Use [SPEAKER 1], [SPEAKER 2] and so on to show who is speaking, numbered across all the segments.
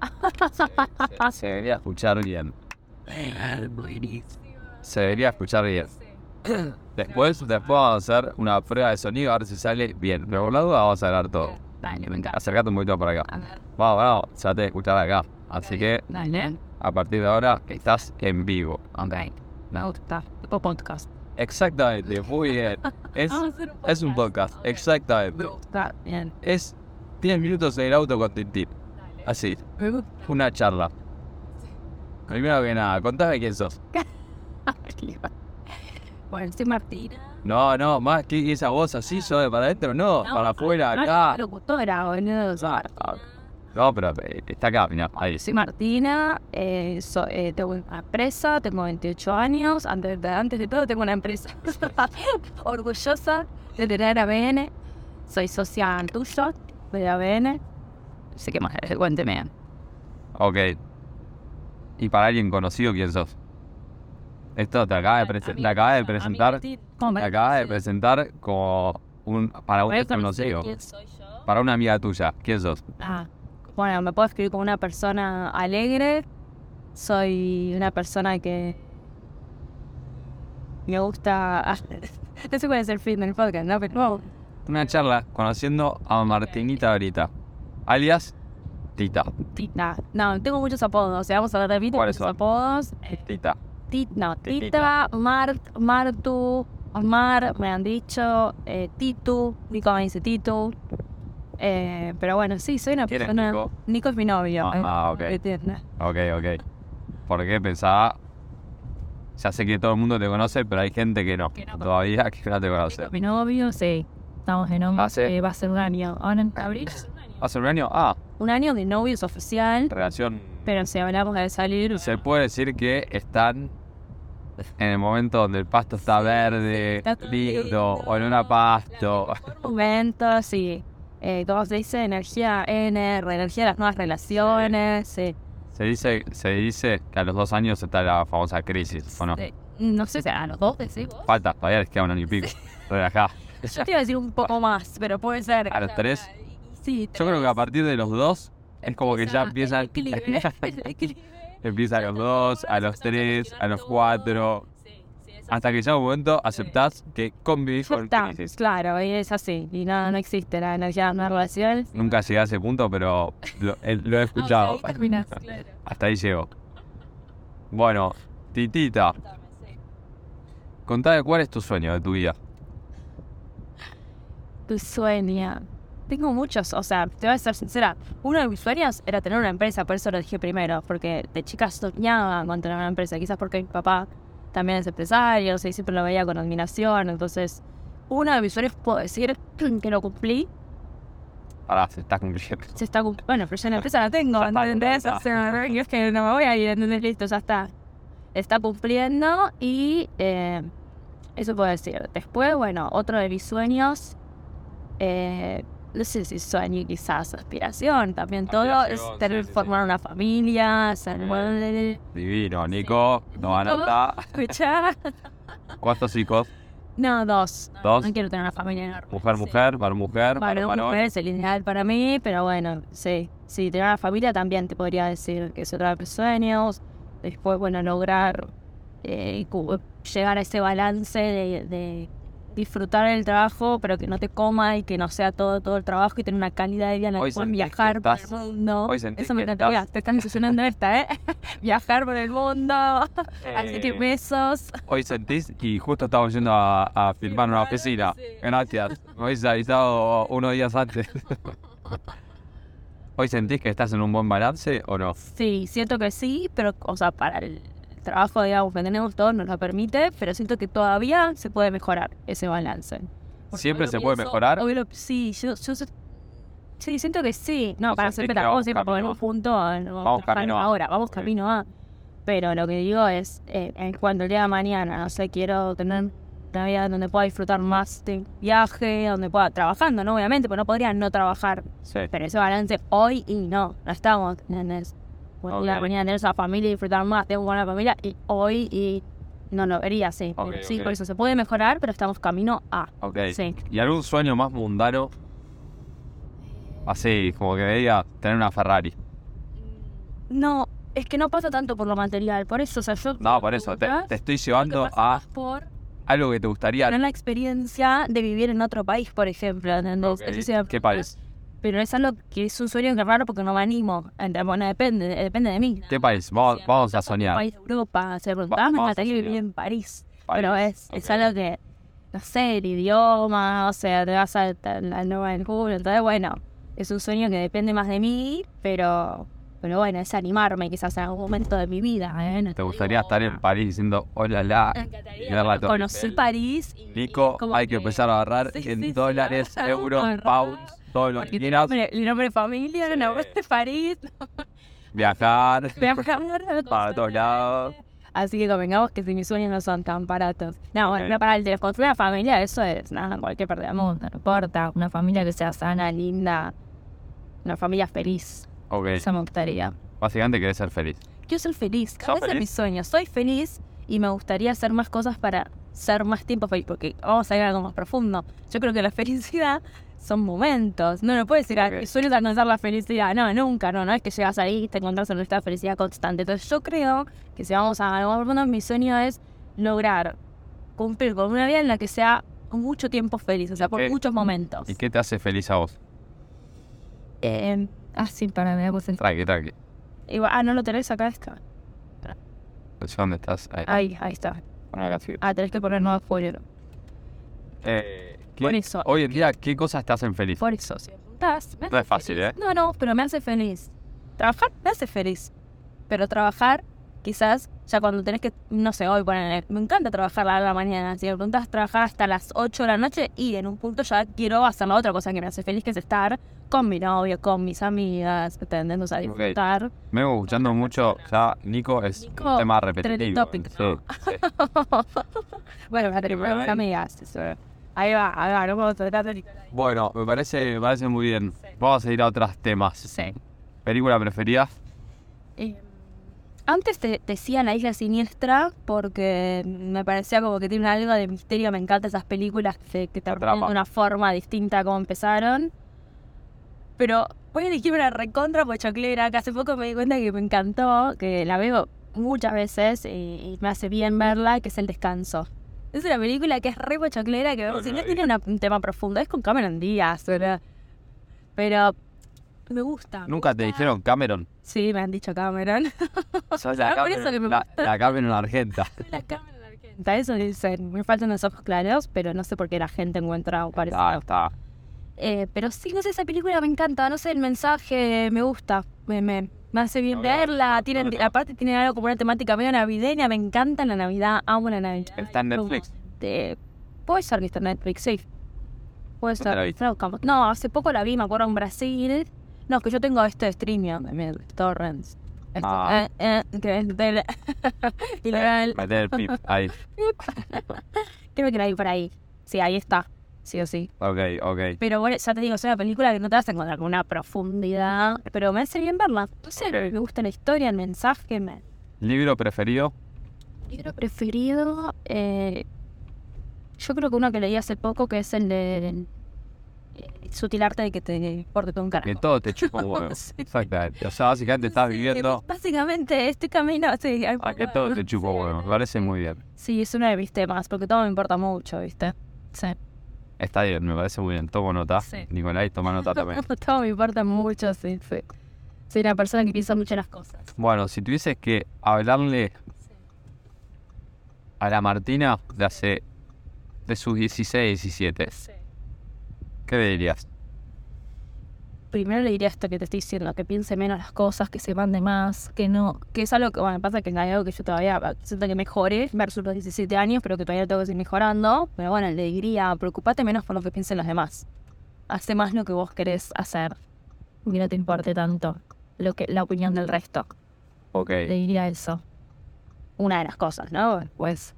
[SPEAKER 1] Se, se debería escuchar bien. Se debería escuchar bien. Después, después vamos a hacer una prueba de sonido a ver si sale bien. Pero por la duda vamos a ganar todo.
[SPEAKER 2] Dale, me encanta.
[SPEAKER 1] Acercate un poquito para acá.
[SPEAKER 2] A ver,
[SPEAKER 1] Vamos, vamos, ya te escuchaba acá. Así que
[SPEAKER 2] dale.
[SPEAKER 1] a partir de ahora estás en vivo.
[SPEAKER 2] Ok. Me gusta. Tipo podcast.
[SPEAKER 1] Exactamente, muy bien. Es,
[SPEAKER 2] Vamos a hacer un
[SPEAKER 1] es un É um podcast, É
[SPEAKER 2] Ok. Me
[SPEAKER 1] exactamente.
[SPEAKER 2] gusta. Bien.
[SPEAKER 1] Es 10 minutos en el auto con Tintín. Así,
[SPEAKER 2] Me gusta.
[SPEAKER 1] una charla. Primero que nada, contame quién sos.
[SPEAKER 2] bueno, soy Martina.
[SPEAKER 1] No, no, más que esa voz así, ¿sos de para adentro? No,
[SPEAKER 2] No,
[SPEAKER 1] para afuera,
[SPEAKER 2] no,
[SPEAKER 1] acá.
[SPEAKER 2] soy Locutora, boludo. Soy
[SPEAKER 1] Ah, ah. No, pero eh, está acá, mirá, ahí.
[SPEAKER 2] Soy Martina, eh, so- eh, tengo una empresa, tengo 28 años, antes de, antes de todo tengo una empresa orgullosa de tener ABN, soy socia tuya de ABN, sé que más, eh, cuénteme.
[SPEAKER 1] Ok. ¿Y para alguien conocido quién sos? Esto te acabas de, presen- te acabas de presentar. Te acabas de presentar como un. para un desconocido. Para una amiga tuya. ¿Quién sos?
[SPEAKER 2] Ah, bueno, me puedo escribir como una persona alegre. Soy una persona que me gusta. ah, no sé cuál es el fin del podcast, ¿no? Pero
[SPEAKER 1] Una charla conociendo a Martinita ahorita. Alias Tita.
[SPEAKER 2] Tita. No, tengo muchos apodos. O sea, vamos a hablar de mí. Tengo
[SPEAKER 1] ¿Cuáles
[SPEAKER 2] muchos
[SPEAKER 1] son?
[SPEAKER 2] apodos. Eh,
[SPEAKER 1] Tita.
[SPEAKER 2] Tit- no,
[SPEAKER 1] Titita.
[SPEAKER 2] Tita, Mart, Martu, Mar, me han dicho. eh, Titu. Nico me dice Titu. Eh, pero bueno, sí, soy una
[SPEAKER 1] ¿Quién es
[SPEAKER 2] persona.
[SPEAKER 1] Nico?
[SPEAKER 2] Nico es mi novio.
[SPEAKER 1] Ah,
[SPEAKER 2] eh,
[SPEAKER 1] ah, ok.
[SPEAKER 2] ¿me entiendes?
[SPEAKER 1] Ok, ok. Porque pensaba. Ya sé que todo el mundo te conoce, pero hay gente que no.
[SPEAKER 2] Que no.
[SPEAKER 1] Todavía que no te conoce.
[SPEAKER 2] Mi novio, sí. Estamos en nombre.
[SPEAKER 1] Ah, sí.
[SPEAKER 2] va a ser un año. Ahora en abril.
[SPEAKER 1] ¿Hace un año? Ah,
[SPEAKER 2] Un año de novios oficial.
[SPEAKER 1] relación
[SPEAKER 2] Pero si hablamos de salir.
[SPEAKER 1] Se puede decir que están en el momento donde el pasto está verde,
[SPEAKER 2] está todo
[SPEAKER 1] lindo,
[SPEAKER 2] lindo,
[SPEAKER 1] olor a pasto.
[SPEAKER 2] Momentos, sí. Eh, ¿Cómo se dice? Energía NR, energía de las nuevas relaciones. sí.
[SPEAKER 1] Se dice, se dice que a los dos años está la famosa crisis, ¿o no? Ah,
[SPEAKER 2] Sí. No sé si a los dos decís vos.
[SPEAKER 1] Falta, todavía les queda un año y pico. Relajá.
[SPEAKER 2] Yo te iba a decir un poco más, pero puede ser.
[SPEAKER 1] A los tres,
[SPEAKER 2] Sí,
[SPEAKER 1] yo creo que a partir de los dos es como que ya
[SPEAKER 2] empieza
[SPEAKER 1] empiezan...
[SPEAKER 2] el declive, el declive.
[SPEAKER 1] Empieza a los dos, a los tres, a los cuatro.
[SPEAKER 2] Sí, sí, es
[SPEAKER 1] Hasta que llega un momento aceptás que convivís con
[SPEAKER 2] Está,
[SPEAKER 1] crisis.
[SPEAKER 2] claro, y es así. Y no, no existe la energía de una relación.
[SPEAKER 1] Nunca llegué a ese punto, pero lo, eh,
[SPEAKER 2] Ah,
[SPEAKER 1] lo he escuchado. Ah. Hasta ahí llego. Bueno, Titita, contame cuál es tu sueño de tu vida.
[SPEAKER 2] Tu sueño. Tengo muchos, o sea, te voy a ser sincera. Uno de mis sueños era tener una empresa, por eso lo dije primero, porque de chica soñaba con tener una empresa, quizás porque mi papá también es empresario, o sea, y siempre lo veía con admiración. Entonces, uno de mis sueños, puedo decir que lo cumplí,
[SPEAKER 1] Ahora se está cumpliendo.
[SPEAKER 2] se está cum- Bueno, pero ya la empresa la tengo,
[SPEAKER 1] Ya está,
[SPEAKER 2] ¿entendés?
[SPEAKER 1] ya está.
[SPEAKER 2] O sea, yo es que no me voy a ir, ¿entendés? Listo, ya está. Está cumpliendo y eh, eso puedo decir. Después, bueno, otro de mis sueños, eh, no sé si sueño, quizás aspiración, también todo, es
[SPEAKER 1] Aspiración,
[SPEAKER 2] tener,
[SPEAKER 1] sí, sí, sí.
[SPEAKER 2] formar una familia, ser...
[SPEAKER 1] Bien. Divino, Nico, no van a notar.
[SPEAKER 2] ¿Escuchá?
[SPEAKER 1] ¿Cuántos hijos?
[SPEAKER 2] No, dos.
[SPEAKER 1] Dos.
[SPEAKER 2] No quiero tener una familia enorme.
[SPEAKER 1] Mujer, mujer, varón, mujer, varón,
[SPEAKER 2] Varón,
[SPEAKER 1] varón.
[SPEAKER 2] mujer es el ideal para mí, pero bueno, sí. Sí, tener una familia también te podría decir que es otra de mis sueños. Después, bueno, lograr eh, cu- llegar a ese balance de, de disfrutar el trabajo, pero que no te coma y que no sea todo todo el trabajo y tener una calidad de vida en la
[SPEAKER 1] Hoy
[SPEAKER 2] que puedas
[SPEAKER 1] sentís que
[SPEAKER 2] viajar por el
[SPEAKER 1] estás-
[SPEAKER 2] mundo.
[SPEAKER 1] hoy sentís
[SPEAKER 2] Eso me
[SPEAKER 1] que
[SPEAKER 2] encantaría.
[SPEAKER 1] estás-
[SPEAKER 2] Te están ilusionando esta, ¿eh? viajar por el mundo, así que
[SPEAKER 1] Eh,
[SPEAKER 2] besos.
[SPEAKER 1] Hoy sentís y justo estamos yendo a, a filmar una oficina. Gracias, me habéis avisado unos días antes. ¿Hoy sentís que estás en un buen balance o no?
[SPEAKER 2] Sí, siento que sí, pero, o sea, para el trabajo, digamos, que tenemos todos nos lo permite, pero siento que todavía se puede mejorar ese balance. Porque
[SPEAKER 1] Siempre
[SPEAKER 2] hoy lo
[SPEAKER 1] se puede
[SPEAKER 2] pienso,
[SPEAKER 1] mejorar.
[SPEAKER 2] hoy lo- sí, yo, yo se- sí, siento que sí. No,
[SPEAKER 1] Vos
[SPEAKER 2] para
[SPEAKER 1] sentís
[SPEAKER 2] ser
[SPEAKER 1] que
[SPEAKER 2] pedagogo,
[SPEAKER 1] vamos
[SPEAKER 2] sí, para poner
[SPEAKER 1] camino
[SPEAKER 2] un
[SPEAKER 1] A.
[SPEAKER 2] punto, eh, no
[SPEAKER 1] Vamos
[SPEAKER 2] trabajar
[SPEAKER 1] camino A.
[SPEAKER 2] ahora, vamos
[SPEAKER 1] Ok.
[SPEAKER 2] camino a. Pero lo que digo es, eh, en cuanto el día de mañana, no sé, quiero tener una vida donde pueda disfrutar más de viaje, donde pueda, trabajando, ¿no? Obviamente, pues no podría no trabajar
[SPEAKER 1] Sí.
[SPEAKER 2] pero ese balance hoy y no, no estamos, ¿entendés? Bueno, La
[SPEAKER 1] Ok.
[SPEAKER 2] venía a tener esa familia y disfrutar más, tengo una familia y hoy y no lo vería, sí.
[SPEAKER 1] Ok,
[SPEAKER 2] Pero sí,
[SPEAKER 1] ok.
[SPEAKER 2] por eso se puede mejorar, pero estamos camino a.
[SPEAKER 1] Ok.
[SPEAKER 2] Sí.
[SPEAKER 1] ¿Y algún sueño más mundano? Así, como que veía tener una Ferrari.
[SPEAKER 2] No, es que no pasa tanto por lo material, por eso, o sea, yo...
[SPEAKER 1] No, por eso, te, te estoy llevando a
[SPEAKER 2] Por
[SPEAKER 1] algo que te gustaría.
[SPEAKER 2] tener la experiencia de vivir en otro país, por ejemplo, ¿entendés?
[SPEAKER 1] Ok,
[SPEAKER 2] Eso sí me
[SPEAKER 1] ¿Qué
[SPEAKER 2] preocupa.
[SPEAKER 1] país?
[SPEAKER 2] Pero es algo que es un sueño que es raro porque no me animo. Ent- Bueno, depende, depende de mí.
[SPEAKER 1] ¿Qué país? Vamos, vamos a soñar.
[SPEAKER 2] país de Europa, se preguntaba, me
[SPEAKER 1] vamos a
[SPEAKER 2] encantaría vivir
[SPEAKER 1] soñar.
[SPEAKER 2] en París.
[SPEAKER 1] País,
[SPEAKER 2] Pero es, es
[SPEAKER 1] ok.
[SPEAKER 2] algo que, no sé, el idioma, o sea, te vas a a la nueva del culo. Entonces, bueno, es un sueño que depende más de mí, pero, pero bueno, es animarme quizás en algún momento de mi vida. ¿eh? No
[SPEAKER 1] ¿Te gustaría
[SPEAKER 2] digo,
[SPEAKER 1] estar en París diciendo, hola, la,
[SPEAKER 2] Me
[SPEAKER 1] y ver la
[SPEAKER 2] encantaría
[SPEAKER 1] Torre
[SPEAKER 2] conocer
[SPEAKER 1] Eiffel?
[SPEAKER 2] París. y-
[SPEAKER 1] Nico,
[SPEAKER 2] y como
[SPEAKER 1] hay que
[SPEAKER 2] que-
[SPEAKER 1] empezar a agarrar
[SPEAKER 2] Sí,
[SPEAKER 1] en
[SPEAKER 2] sí, sí,
[SPEAKER 1] dólares,
[SPEAKER 2] ahorrar,
[SPEAKER 1] euros,
[SPEAKER 2] ahorrar.
[SPEAKER 1] pounds, todo lo que
[SPEAKER 2] Porque
[SPEAKER 1] quieras,
[SPEAKER 2] tiene nombre- el nombre de familia, no, de París,
[SPEAKER 1] viajar.
[SPEAKER 2] voy a viajar
[SPEAKER 1] Para todos lados.
[SPEAKER 2] Así que convengamos que si mis sueños no son tan baratos. No, bueno,
[SPEAKER 1] Ok.
[SPEAKER 2] no para el de construir una familia, eso es nada, cualquier pérdida de mundo, no importa. Una familia que sea sana, linda, una familia feliz,
[SPEAKER 1] Ok,
[SPEAKER 2] eso me gustaría.
[SPEAKER 1] básicamente querés ser feliz.
[SPEAKER 2] Quiero ser feliz,
[SPEAKER 1] ¿Sos
[SPEAKER 2] cada vez es
[SPEAKER 1] feliz?
[SPEAKER 2] mi sueño. Soy feliz y me gustaría hacer más cosas para ser más tiempo feliz, porque vamos a ir a algo más profundo. Yo creo que la felicidad son momentos. No, no puedes decir, ah,
[SPEAKER 1] Ok.
[SPEAKER 2] que sueles alcanzar la felicidad. No, nunca, no, no es que llegas ahí y te encontrás en esta felicidad constante. Entonces yo creo que si vamos a algo más profundo, mi sueño es lograr cumplir con una vida en la que sea mucho tiempo feliz, o sea, por
[SPEAKER 1] Ok.
[SPEAKER 2] muchos momentos.
[SPEAKER 1] ¿Y qué te hace feliz a vos?
[SPEAKER 2] Eh, ah, sí, para mí me puse el...
[SPEAKER 1] Tranqui, tranqui.
[SPEAKER 2] Igual- Ah, no lo tenés acá, está.
[SPEAKER 1] No sé ¿Dónde estás? Ahí.
[SPEAKER 2] Ahí, ahí está.
[SPEAKER 1] Bueno, acá sí.
[SPEAKER 2] Ah, tenés que poner nuevo folio.
[SPEAKER 1] Eh, ¿qué-
[SPEAKER 2] Por eso.
[SPEAKER 1] Hoy en día, ¿qué cosas te hacen feliz?
[SPEAKER 2] Por eso, si me juntás, me
[SPEAKER 1] No
[SPEAKER 2] hace
[SPEAKER 1] es fácil,
[SPEAKER 2] feliz.
[SPEAKER 1] ¿eh?
[SPEAKER 2] No, no, pero me hace feliz. Trabajar me hace feliz. Pero trabajar, quizás, ya cuando tenés que, no sé, hoy poner, me encanta trabajar a la mañana. Si me preguntás trabajar hasta las 8 de la noche y en un punto ya quiero hacer la otra cosa que me hace feliz, que es estar con mi novio, con mis amigas, ¿entendés? O sea, disfrutar.
[SPEAKER 1] Me vengo escuchando mucho, ya Nico es
[SPEAKER 2] Nico,
[SPEAKER 1] un tema
[SPEAKER 2] trending
[SPEAKER 1] repetitivo.
[SPEAKER 2] topic,
[SPEAKER 1] Sí,
[SPEAKER 2] ¿no?
[SPEAKER 1] sí.
[SPEAKER 2] bueno, me
[SPEAKER 1] Pero
[SPEAKER 2] mis
[SPEAKER 1] ahí-
[SPEAKER 2] amigas. eso. Ahí va, ahí va, no puedo tratar de...
[SPEAKER 1] Bueno, me parece, me parece muy bien. Vamos a ir a otros temas.
[SPEAKER 2] Sí.
[SPEAKER 1] ¿Película preferida?
[SPEAKER 2] Eh, Antes te decía La Isla Siniestra porque me parecía como que tiene algo de misterio. Me encantan esas películas que, que te
[SPEAKER 1] Atrapa.
[SPEAKER 2] arruinan de una forma distinta a como empezaron. Pero voy a elegir una recontra pochoclera que hace poco me di cuenta que me encantó, que la veo muchas veces y, y me hace bien verla, que es El Descanso. Es una película que es re pochoclera, que
[SPEAKER 1] No,
[SPEAKER 2] si
[SPEAKER 1] no
[SPEAKER 2] no
[SPEAKER 1] la vi.
[SPEAKER 2] tiene una- un tema profundo, es con Cameron Díaz, ¿verdad? pero me gusta. me
[SPEAKER 1] ¿Nunca te
[SPEAKER 2] gusta.
[SPEAKER 1] dijeron Cameron?
[SPEAKER 2] Sí, me han dicho Cameron.
[SPEAKER 1] la
[SPEAKER 2] Ah, por eso que me
[SPEAKER 1] Cameron, la, la Cameron argenta.
[SPEAKER 2] la cámara argenta. Eso dicen, me faltan los ojos claros, pero no sé por qué la gente encuentra un parecido.
[SPEAKER 1] Está, Ah, está.
[SPEAKER 2] Eh, pero sí, no sé, esa película me encanta, no sé, el mensaje me gusta, me, me, me hace bien
[SPEAKER 1] No, no,
[SPEAKER 2] verla.
[SPEAKER 1] no,
[SPEAKER 2] tienen,
[SPEAKER 1] no, no.
[SPEAKER 2] Aparte tienen algo como una temática medio navideña, me encanta la Navidad, amo la Navidad.
[SPEAKER 1] Está en
[SPEAKER 2] Como,
[SPEAKER 1] Netflix.
[SPEAKER 2] eh, puede ser que está en Netflix, sí. Puede
[SPEAKER 1] ¿Dónde
[SPEAKER 2] ser.
[SPEAKER 1] la viste?
[SPEAKER 2] La buscamos. No, hace poco la vi, me acuerdo en Brasil. No, que yo tengo esto de streaming, de torrents. Esto,
[SPEAKER 1] Ah.
[SPEAKER 2] eh, eh, que es del- ilegal.
[SPEAKER 1] Meter el pip ahí.
[SPEAKER 2] Creo que la vi por ahí. Sí, ahí está. Sí o sí.
[SPEAKER 1] Ok, ok.
[SPEAKER 2] Pero bueno, ya te digo, es una película que no te vas a encontrar con una profundidad. Pero me hace bien verla. No sé,
[SPEAKER 1] Ok.
[SPEAKER 2] me gusta la historia, el mensaje. Me...
[SPEAKER 1] ¿Libro preferido?
[SPEAKER 2] Libro preferido. eh, yo creo que uno que leí hace poco, que es el de. el- el sutil arte de que te porte todo un
[SPEAKER 1] Que
[SPEAKER 2] carajo.
[SPEAKER 1] todo te chupa un huevo.
[SPEAKER 2] Sí.
[SPEAKER 1] Exactamente. O sea, básicamente estás
[SPEAKER 2] Sí,
[SPEAKER 1] viviendo
[SPEAKER 2] Básicamente, este camino. Sí, al-
[SPEAKER 1] a que todo te chupa un huevo. Me parece muy bien.
[SPEAKER 2] sí, es uno de mis temas, porque todo me importa mucho, ¿viste? Sí.
[SPEAKER 1] Está bien, me parece muy bien. Tomo nota.
[SPEAKER 2] Sí.
[SPEAKER 1] Nicolás, toma nota también.
[SPEAKER 2] Todo me importa mucho, sí, sí. Soy una persona que piensa mucho en las cosas.
[SPEAKER 1] Bueno, si tuvieses que hablarle a la Martina de hace de sus 16, 17, ¿qué le dirías?
[SPEAKER 2] Primero le diría esto que te estoy diciendo, que piense menos las cosas, que se mande más, que no, que es algo que, bueno, pasa que es algo que yo todavía ah, siento que mejore versus los 17 años, pero que todavía tengo que seguir mejorando. Pero bueno, le diría, preocupate menos por lo que piensen los demás. Hace más lo que vos querés hacer. Y no te importe tanto lo que, la opinión del resto.
[SPEAKER 1] Ok.
[SPEAKER 3] Le diría eso.
[SPEAKER 2] Una de las cosas, ¿no?
[SPEAKER 3] Pues,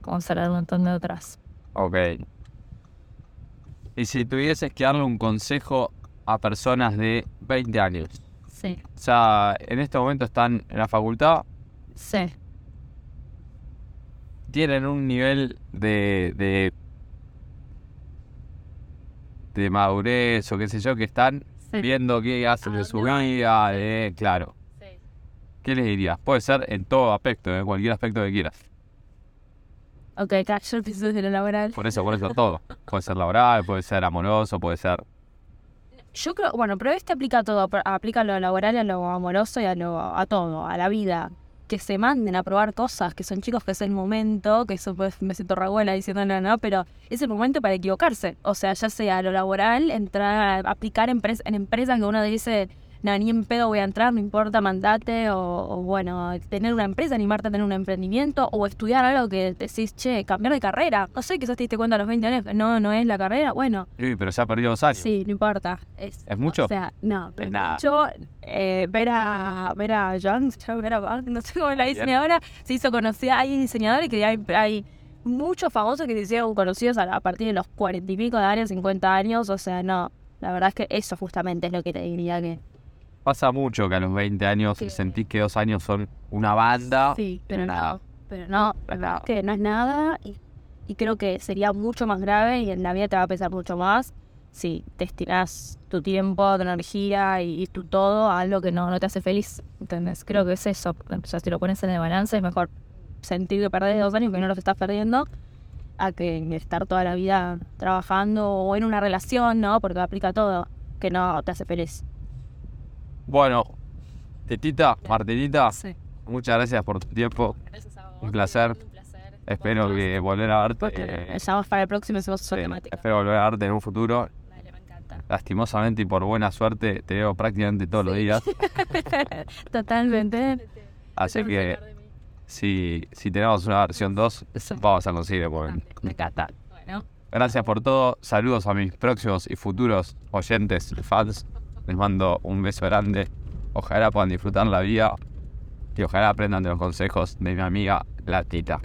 [SPEAKER 3] como será un montón de otras.
[SPEAKER 1] Ok. Y si tuvieses que darle un consejo a personas de 20 años,
[SPEAKER 3] Sí.
[SPEAKER 1] o sea, en este momento están en la facultad,
[SPEAKER 3] Sí.
[SPEAKER 1] tienen un nivel de, de, de
[SPEAKER 2] Ah,
[SPEAKER 1] madurez o qué sé yo, que están viendo qué hacen de su vida, eh, claro. ¿Qué les dirías? Puede ser en todo aspecto, en cualquier aspecto que quieras.
[SPEAKER 2] Ok, cacho el piso de lo laboral.
[SPEAKER 1] Por eso, por eso todo. Puede ser laboral, puede ser amoroso, puede ser.
[SPEAKER 2] Yo creo, bueno, pero este aplica a todo, pero aplica a lo laboral, a lo amoroso y a, lo, a todo, a la vida. Que se manden a probar cosas, que son chicos, que es el momento, que eso pues, me siento rabuela diciendo no, no, pero es el momento para equivocarse. O sea, ya sea lo laboral, entrar, a aplicar empres- en empresas que uno dice, no, ni en pedo voy a entrar, no importa, mandate, o, o, bueno, tener una empresa, animarte a tener un emprendimiento, o estudiar algo que decís, che, cambiar de carrera. No sé, quizás te diste cuenta a los 20 años, que no, no es la carrera, bueno,
[SPEAKER 1] Uy, pero ya perdió dos años.
[SPEAKER 2] Sí, no importa. ¿Es,
[SPEAKER 1] ¿Es mucho?
[SPEAKER 2] O sea, no, pero
[SPEAKER 1] Es nada.
[SPEAKER 2] yo, eh, ver a, ver a John, yo ver a Bang, no sé cómo la
[SPEAKER 1] Bien.
[SPEAKER 2] diseñadora, se hizo conocida, hay diseñadores que hay, hay muchos famosos que se hicieron conocidos a, la- a partir de los cuarenta y pico de años, 50 años, o sea, no, la verdad es que eso justamente es lo que te diría que...
[SPEAKER 1] Pasa mucho que a los 20 años
[SPEAKER 2] Sí.
[SPEAKER 1] sentís que dos años son una banda.
[SPEAKER 2] Sí, pero
[SPEAKER 1] Ah, nada.
[SPEAKER 2] no, pero no, la verdad es que no es nada y, y creo que sería mucho más grave y en la vida te va a pesar mucho más si te estiras tu tiempo, tu energía y, y tu todo a algo que no, no te hace feliz, ¿entendés? Creo que es eso, o sea, si lo pones en el balance es mejor sentir que perdés dos años que no los estás perdiendo a que estar toda la vida trabajando o en una relación, ¿no? Porque aplica todo, que no te hace feliz.
[SPEAKER 1] Bueno, Tetita, Martinita,
[SPEAKER 2] Sí.
[SPEAKER 1] muchas gracias por tu tiempo. Ah. Un placer. Espero que volver a verte. eh,
[SPEAKER 2] Llamas para el próximo y hacemos otra
[SPEAKER 1] eh,
[SPEAKER 2] temática.
[SPEAKER 1] espero volver a verte en un futuro.
[SPEAKER 2] Dale, me encanta.
[SPEAKER 1] Lastimosamente y por buena suerte te veo prácticamente todos los días.
[SPEAKER 2] Totalmente.
[SPEAKER 1] Así que si, si tenemos una versión 2, vamos a conseguir. porque-
[SPEAKER 2] Ah, Me encanta. Bueno,
[SPEAKER 1] Gracias por todo. Saludos a mis próximos y futuros oyentes, fans. Les mando un beso grande. Ojalá puedan disfrutar la vida y ojalá aprendan de los consejos de mi amiga La Tita.